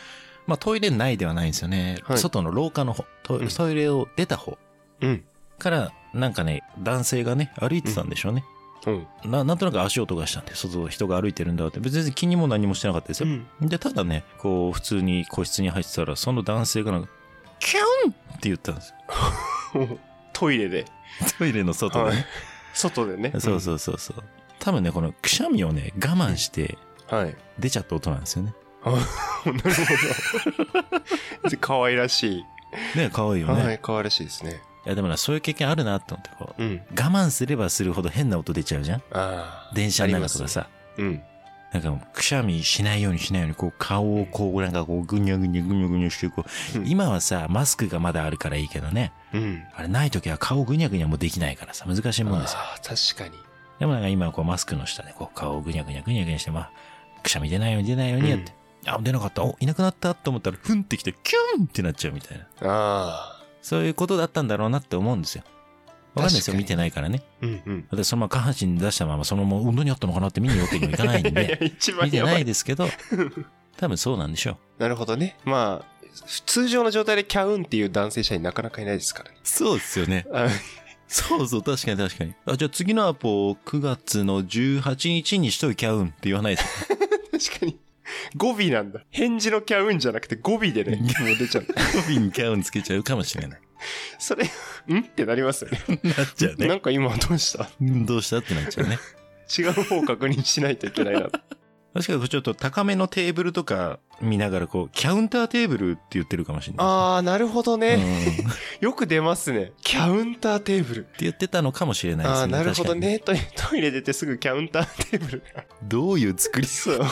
Speaker 1: まあトイレ内ではないんですよね。
Speaker 2: はい
Speaker 1: 外の廊下の方ト
Speaker 2: う
Speaker 1: イ、
Speaker 2: ん
Speaker 1: トイレを出た方
Speaker 2: うん。
Speaker 1: から、なんかね、男性がね、歩いてたんでしょうね。
Speaker 2: うん。
Speaker 1: ななんとなく足音がしたんで、外を人が歩いてるんだって。別に全然気にも何もしてなかったですよ。で、ただね、こう、普通に個室に入ってたら、その男性がなんか、キャンって言ったんですよ。
Speaker 2: うんトイレで。
Speaker 1: トイレの外でね。
Speaker 2: 外でね。
Speaker 1: そうそうそうそう。多分ね、このくしゃみをね、我慢して
Speaker 2: うん。はい。
Speaker 1: 出ちゃった音なんですよね。
Speaker 2: ほど、 なるほど。で可愛らしい。
Speaker 1: ね、可愛いよね。、
Speaker 2: はいい、可愛らしいですね。
Speaker 1: や、でもな、そういう経験あるなって思って、こう、
Speaker 2: うん。
Speaker 1: 我慢すればするほど変な音出ちゃうじゃん
Speaker 2: ああ。
Speaker 1: 電車の中とかさ。
Speaker 2: うん。
Speaker 1: なんかもうくしゃみしないようにしないように、こう顔をこうなんかこうぐにゃぐにゃぐにゃぐにゃしてこう、
Speaker 2: うん
Speaker 1: 今はさ、マスクがまだあるからいいけどね。
Speaker 2: うん。
Speaker 1: あれない時は顔ぐにゃぐにゃもできないからさ、難しいもんですよ。
Speaker 2: ああ、確かに。
Speaker 1: でもなんか今はこうマスクの下でこう顔をぐにゃぐにゃぐにゃぐにゃして、まあ、くしゃみ出ないように出ないようにやって、あ、出なかった、お、いなくなったと思ったら、ふんってきて、キュンってなっちゃうみたいな。
Speaker 2: ああ。
Speaker 1: そういうことだったんだろうなって思うんですよ。わかんないですよ、
Speaker 2: 確かに
Speaker 1: 見てないからね。
Speaker 2: うんうん。
Speaker 1: 私そのまま下半身出したまま、そのまま運動にあったのかなって見によってにもいかないん
Speaker 2: いや
Speaker 1: で、、
Speaker 2: 一番
Speaker 1: 見て
Speaker 2: やば
Speaker 1: ないい。ですけ ど、多分そうなんでしょう。
Speaker 2: なるほどね。まあ、通常の状態でキャウンっていう男性社員なかなかいないですからね。
Speaker 1: そうですよね。
Speaker 2: あ
Speaker 1: そうそう、確かに確かに。あ、じゃあ次のアポを9月の18日にしとい きゃうんって言わないです。
Speaker 2: 確かに。語尾なんだ。返事のキャウンじゃなくて語尾でね、もう出ちゃう。
Speaker 1: コビにキャウンつけちゃうかもしれない。
Speaker 2: それ、んってなりますよね。
Speaker 1: なっちゃうね。
Speaker 2: なんか今どうした
Speaker 1: どうしたってなっちゃうね。
Speaker 2: 違う方を確認しないとい けないな。
Speaker 1: 確かにちょっと高めのテーブルとか見ながらこう、キャウンターテーブルって言ってるかもしれない。
Speaker 2: あー、なるほど
Speaker 1: うん。っ
Speaker 2: ね。よく出ますね。キャウンターテーブル。
Speaker 1: て言ってたのかもしれないで
Speaker 2: あ
Speaker 1: す
Speaker 2: ー、
Speaker 1: ね。
Speaker 2: なるほど
Speaker 1: 確かに。
Speaker 2: ね。トイレトイレ出てすぐキャウンターテーブル。
Speaker 1: どういう作り
Speaker 2: そう。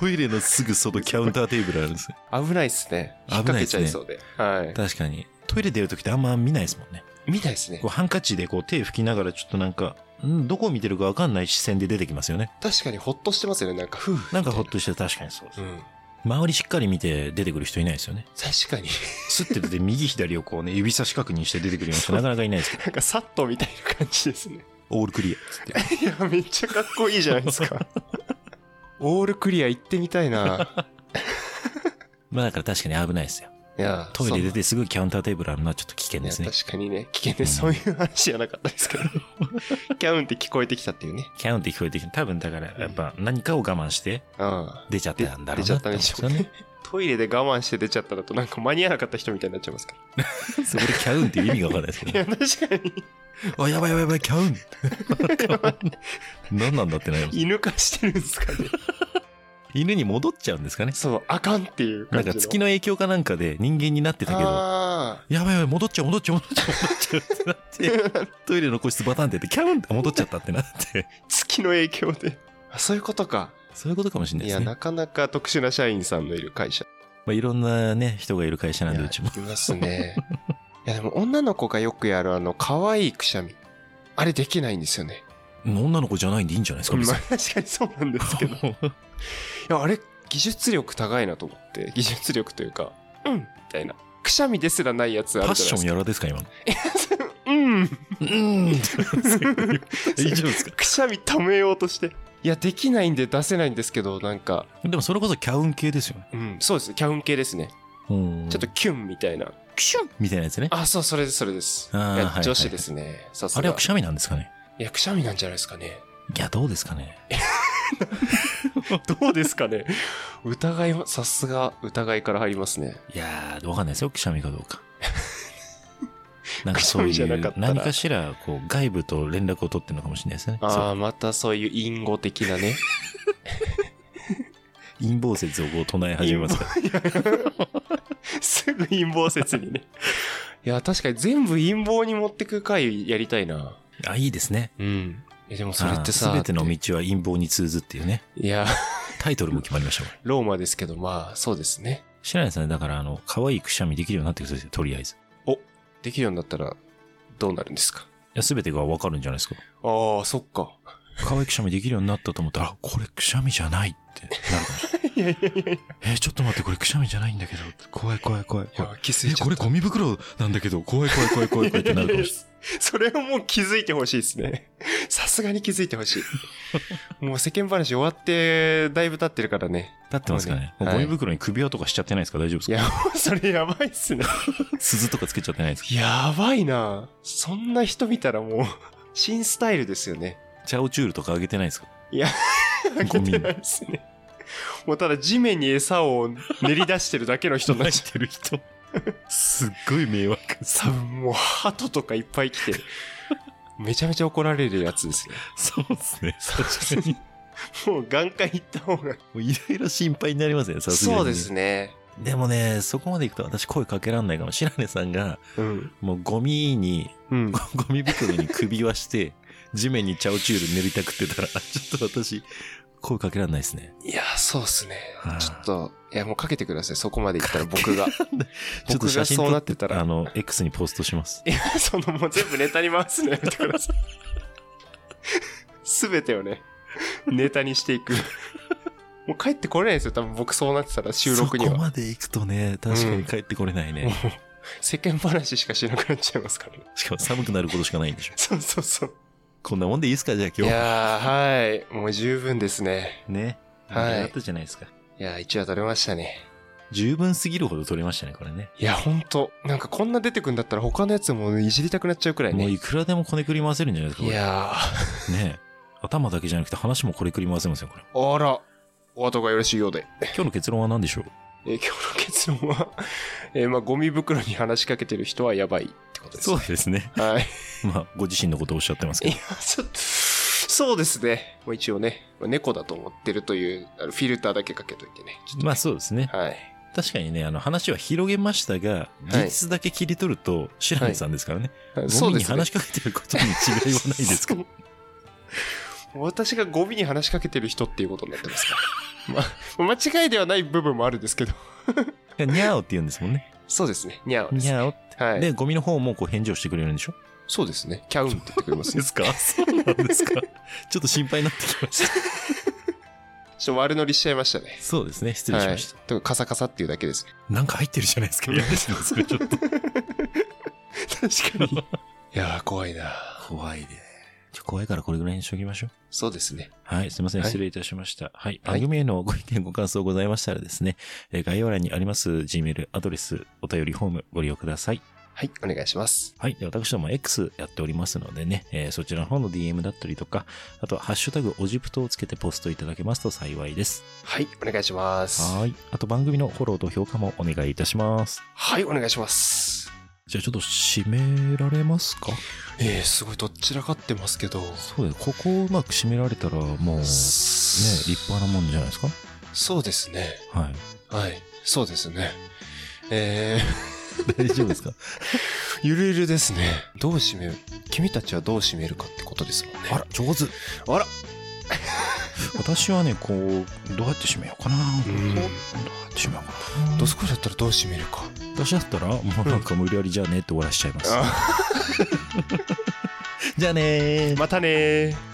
Speaker 1: トイレのすぐ外キャウンターテーブルあるんですね。
Speaker 2: 危ないっすね。引っ
Speaker 1: 危
Speaker 2: 掛
Speaker 1: ないっ
Speaker 2: け
Speaker 1: す
Speaker 2: ち
Speaker 1: ね
Speaker 2: ゃいそうで。はい。
Speaker 1: 確かに。トイレ出るときってあんま見ないですもんね。
Speaker 2: みたいですね
Speaker 1: こう。ハンカチでこう手拭きながらちょっとなんか、んどこを見てるかわかんない視線で出てきますよね。
Speaker 2: 確かにほっとしてますよね。なんか、ふう。
Speaker 1: なんかほっとして確かにそうです。
Speaker 2: うん。
Speaker 1: 周りしっかり見て出てくる人いないですよね。
Speaker 2: 確かに。
Speaker 1: スッて出て右左をこうね、指差し確認して出てくるような人なかなかいないですけど。
Speaker 2: なんか、サッとみたいな感じですね。
Speaker 1: オールクリアっつって。
Speaker 2: いや、めっちゃかっこいいじゃないですか。 オールクリア行ってみたい な。
Speaker 1: まあだから確かに危ないですよ。
Speaker 2: いや、
Speaker 1: トイレ出てすぐキャウンターテーブルあるのはちょっと危険
Speaker 2: い
Speaker 1: で
Speaker 2: や
Speaker 1: すね。
Speaker 2: 確かにね、危険です。そういう話じゃなかったです けど。キャウンって聞こえてきたっていうね。
Speaker 1: キャウンって聞こえてきて、多分だからやっぱ何かを我慢して
Speaker 2: うん。
Speaker 1: 出ちゃったんだろ
Speaker 2: 出
Speaker 1: う
Speaker 2: ちゃ
Speaker 1: な
Speaker 2: っ
Speaker 1: って思
Speaker 2: た
Speaker 1: うん
Speaker 2: で
Speaker 1: で
Speaker 2: し
Speaker 1: すよ
Speaker 2: ょう
Speaker 1: ね。
Speaker 2: ね。トイレで我慢して出ちゃったらとなんか間に合わなかった人みたいになっちゃいますか
Speaker 1: そこでキャウンっていう意味がわからないですけ
Speaker 2: ら。
Speaker 1: ど。
Speaker 2: いや、確かに。
Speaker 1: あ、やばいやばいやばい、キャウン 何なんだってなります。
Speaker 2: 犬化してるんですかね。
Speaker 1: 犬に戻っちゃうんですかね。
Speaker 2: そう、あかんっていう
Speaker 1: な
Speaker 2: 感
Speaker 1: ん
Speaker 2: じの。
Speaker 1: か月の影響かなんかで人間になってたけど、
Speaker 2: あ
Speaker 1: やばいやばい、戻っちゃう、戻っちゃう、戻っちゃう、戻っちゃうってな って、トイレの個室バタンってやって、キャウンって戻っちゃったってなって、
Speaker 2: あ、月の影響で。あそういうことか。
Speaker 1: そういうことかもしれない
Speaker 2: い
Speaker 1: です
Speaker 2: や、
Speaker 1: ね。
Speaker 2: なかなか特殊な社員さんのいる会社。
Speaker 1: まあ、いろんなね、人がいる会社なん
Speaker 2: い
Speaker 1: で、
Speaker 2: や
Speaker 1: うちも。
Speaker 2: いますね。いや、でも女の子がよくやるあの、可愛いくしゃみ。あれできないんですよね。
Speaker 1: 女の子じゃないんでいいんじゃないですか、別
Speaker 2: ま
Speaker 1: に
Speaker 2: あ確かにそうなんで すけど。い や、あれ、技術力高いなと思って。技術力というか、うん、みたいな。くしゃみですらないやつあ
Speaker 1: パ
Speaker 2: る
Speaker 1: ッ
Speaker 2: じ
Speaker 1: ショ
Speaker 2: ゃな
Speaker 1: ン
Speaker 2: い
Speaker 1: やらですか、今の。
Speaker 2: ですか。うん。
Speaker 1: うーん。 大丈夫ですか
Speaker 2: くしゃみ溜めようとして。いや、できないんで出せないんですけど、なんか、
Speaker 1: でもそれこそキャウン系ですよね。
Speaker 2: うん、そうです。キャウン系ですね。
Speaker 1: うん
Speaker 2: ちょっとキュンみたいな。
Speaker 1: クシュンみたいなやつね。
Speaker 2: あ、そう、それです、それです。い
Speaker 1: あーはいはいは
Speaker 2: や
Speaker 1: い
Speaker 2: 女子ですね。さすが
Speaker 1: あれはくしゃみなんですかね。
Speaker 2: いや、くしゃみなんじゃないですかね。
Speaker 1: いや、どうですかね。
Speaker 2: どうですかね。疑いま、さすが疑いから入りますね。
Speaker 1: いやー、わかんないですよ、くしゃみかどう か。なんかそう
Speaker 2: くしゃみじゃ
Speaker 1: い
Speaker 2: なかっ
Speaker 1: う、
Speaker 2: たら
Speaker 1: 何かしら、こう、外部と連絡を取ってるのかもしれないですね。そ
Speaker 2: あ
Speaker 1: う
Speaker 2: あ、またそういう隠語的なね。
Speaker 1: 陰謀説をこう唱え始めますから。
Speaker 2: すぐ陰謀説にね。いや、確かに全部陰謀に持ってく回やりたいな。
Speaker 1: あ、いいですね。
Speaker 2: うん。えでもそれって
Speaker 1: あ
Speaker 2: さ、
Speaker 1: ー全ての道は陰謀に通ずっていうね。
Speaker 2: いや、
Speaker 1: タイトルも決まりましたもん。
Speaker 2: ローマですけど、まあ、そうですね。
Speaker 1: 白井さん、だから、あの、可愛いくしゃみできるようになってくるんですよ、とりあえず。い
Speaker 2: できるようになったら、どうなるんですか
Speaker 1: や、全てがわかるんじゃないですか。
Speaker 2: ああ、そっか。
Speaker 1: 可愛いくしゃみできるようになったと思ったら、あ、これくしゃみじゃないってなるかもし れない。
Speaker 2: いやいやいやい
Speaker 1: えーちょっと待って、これくしゃみじゃないんだけど。怖い怖い怖い怖い。
Speaker 2: や、気づい
Speaker 1: え、
Speaker 2: ちゃ
Speaker 1: こ
Speaker 2: った。
Speaker 1: れゴミ袋なんだけど、怖い怖い怖い怖い怖いってなるかもしれない。
Speaker 2: それをもう気づいてほしいですね。 さすがに気づいてほしい。 もう世間話終わって、だいぶ経ってるからね。
Speaker 1: なってますかね。
Speaker 2: そうね
Speaker 1: もう
Speaker 2: はい
Speaker 1: ゴミ袋に首輪とかしちゃってないですか大丈夫です
Speaker 2: い
Speaker 1: か
Speaker 2: や、もうそれやばいっすね。
Speaker 1: 鈴とかつけちゃってないですか
Speaker 2: やばいなそんな人見たらもう、 新スタイルですよね。
Speaker 1: チャオチュールとかあげてないですか
Speaker 2: 開
Speaker 1: ゴミ
Speaker 2: けてないですね。 もうただ地面に餌を練り出してるだけの人に なっちゃう。
Speaker 1: てる人。すっごい迷 惑。
Speaker 2: 多分もう鳩とかいっ ぱい来て、めちゃめちゃ怒られるやつですね。
Speaker 1: そうですね。
Speaker 2: 確かに。もう眼科行った方が。
Speaker 1: もういろいろ心配になりますね、さすがに。
Speaker 2: そうですね。
Speaker 1: でもね、そこまで行くと私声かけらんないかも。白根さんが、
Speaker 2: うん。
Speaker 1: もうゴミに、
Speaker 2: う ん。
Speaker 1: ゴミ袋に首輪して、地面にチャオチュール練りたくってたら、ちょっと私、声かけらんないですね。
Speaker 2: いや、そうですね
Speaker 1: は。い
Speaker 2: ちょっと、いや、もうかけてください。そこまで行ったら僕が。
Speaker 1: ちょっと
Speaker 2: 僕
Speaker 1: 写
Speaker 2: が
Speaker 1: 真
Speaker 2: そう
Speaker 1: 撮
Speaker 2: な
Speaker 1: っ
Speaker 2: って
Speaker 1: て
Speaker 2: た
Speaker 1: た
Speaker 2: ら
Speaker 1: ら、あの、X にポストします。
Speaker 2: いや、 そのもう全部ネタに回すのやめてください。すべて をね、ネタにしていく。もう帰ってこれないですよ。多分僕そうなってたら収録に
Speaker 1: そこ
Speaker 2: は。
Speaker 1: まで行くとね、確かに帰ってこれない
Speaker 2: もう
Speaker 1: ね。
Speaker 2: 世間話しかしなくなっちゃいますからね。
Speaker 1: しかも寒くなることしかないんでしょ。
Speaker 2: そうそうそう。
Speaker 1: こんなもんでいいですかじゃあ
Speaker 2: い
Speaker 1: 今日。
Speaker 2: やー、はい。もう十分ですね。
Speaker 1: ね。
Speaker 2: はい
Speaker 1: あったじゃないですか。
Speaker 2: いやー、一話取れましたね。
Speaker 1: 十分すぎるほど撮れましたね、これね。
Speaker 2: いや、ほんと。なんかこんな出てくんだったら他のやつもいじりたくなっちゃうくらい
Speaker 1: もう
Speaker 2: ね。
Speaker 1: いくらでもこねくり回せるんじゃないですか、
Speaker 2: い
Speaker 1: これ
Speaker 2: や
Speaker 1: ね頭だけじゃなくて話もこれくり回せますよ、これ。
Speaker 2: ー、あら、お後がよろしいようで。
Speaker 1: 今日の結論は何でしょう
Speaker 2: えー今日の結論は、えーまあ、ゴミ袋に話しかけてる人はやばいってことですね。
Speaker 1: ですね。
Speaker 2: はい。
Speaker 1: まあ、ご自身のことをおっしゃってます
Speaker 2: い
Speaker 1: け
Speaker 2: や
Speaker 1: ど。、
Speaker 2: ちょっと、そうですね。まあ、一応ね、まあ猫だと思ってるという、あのフィルターだけかけといてね。ちょっと
Speaker 1: まあそうですね。
Speaker 2: はい。
Speaker 1: 確かにね、あの話は広げましたが、事実だけ切り取ると、白根さんですからね。
Speaker 2: そ
Speaker 1: ゴ
Speaker 2: う
Speaker 1: ミ
Speaker 2: で
Speaker 1: に
Speaker 2: すね
Speaker 1: 話し。かけてることに違いはないですか
Speaker 2: そう私がゴミに話しかけてる人っていうことになって ますから。まあ、間違いではない部分もあるんですけど。
Speaker 1: ら。にゃーおって言うんですもんね。
Speaker 2: そうですね。にゃおで
Speaker 1: に
Speaker 2: す。
Speaker 1: ゃーおっ
Speaker 2: は
Speaker 1: て。
Speaker 2: い。
Speaker 1: で、ゴミの方もこう返事をしてくれるんでしょ
Speaker 2: そうですね。キャウンって言ってくれますね。
Speaker 1: すかそうなんですか。ちょっと心配になってきました。
Speaker 2: ちょっと悪乗りしちゃいましたね。
Speaker 1: そうですね、失礼し
Speaker 2: は
Speaker 1: ま
Speaker 2: い
Speaker 1: した。。
Speaker 2: とかカサカサっていうだけですね。
Speaker 1: なんか入ってるじゃないですか。嫌ですね、それちょっと。
Speaker 2: 確かに。いやー、怖いな。
Speaker 1: 怖いね。ちょ怖いからこれぐらいにしときましょう。
Speaker 2: そうですね。
Speaker 1: はい、すいません。
Speaker 2: はい
Speaker 1: 失礼いたしました。はい。
Speaker 2: はい
Speaker 1: 番組へのご意見、ご感想ございましたらですね、えー概要欄にあります Gmail アドレス、お便りフォームご利用ください。
Speaker 2: はい、お願いします。
Speaker 1: はい。で私ども X やっておりますのでね、えーそちらの方の DM だったりとか、あとはハッシュタグ、オジプトをつけてポストいただけますと幸いです。
Speaker 2: はい、お願いします。
Speaker 1: はい。あと番組のフォローと評価もお願いいたします。
Speaker 2: はい、お願いします。
Speaker 1: じゃあちょっと締められますか
Speaker 2: えー、すごい、どっちらかってますけど。
Speaker 1: そうです。ここをうまく締められたら、もう、ね、立
Speaker 2: 立
Speaker 1: 派なもんじゃないですか
Speaker 2: そうですね。
Speaker 1: はい。
Speaker 2: はい、そうですね。え
Speaker 1: 大丈夫ですか
Speaker 2: ー、 ゆるゆるですね。どう締める君たちはどう締めるかってことですもん ね。
Speaker 1: あら、上 手。
Speaker 2: あら
Speaker 1: 私はね、こう、どうやって締めようかな。どう
Speaker 2: うん
Speaker 1: やって締めようかな。
Speaker 2: どすこいだったらどう締めるか。
Speaker 1: 私だったら、もうなんか無理やり じゃあねって終わらしちゃいます。じゃあねー。
Speaker 2: またねー。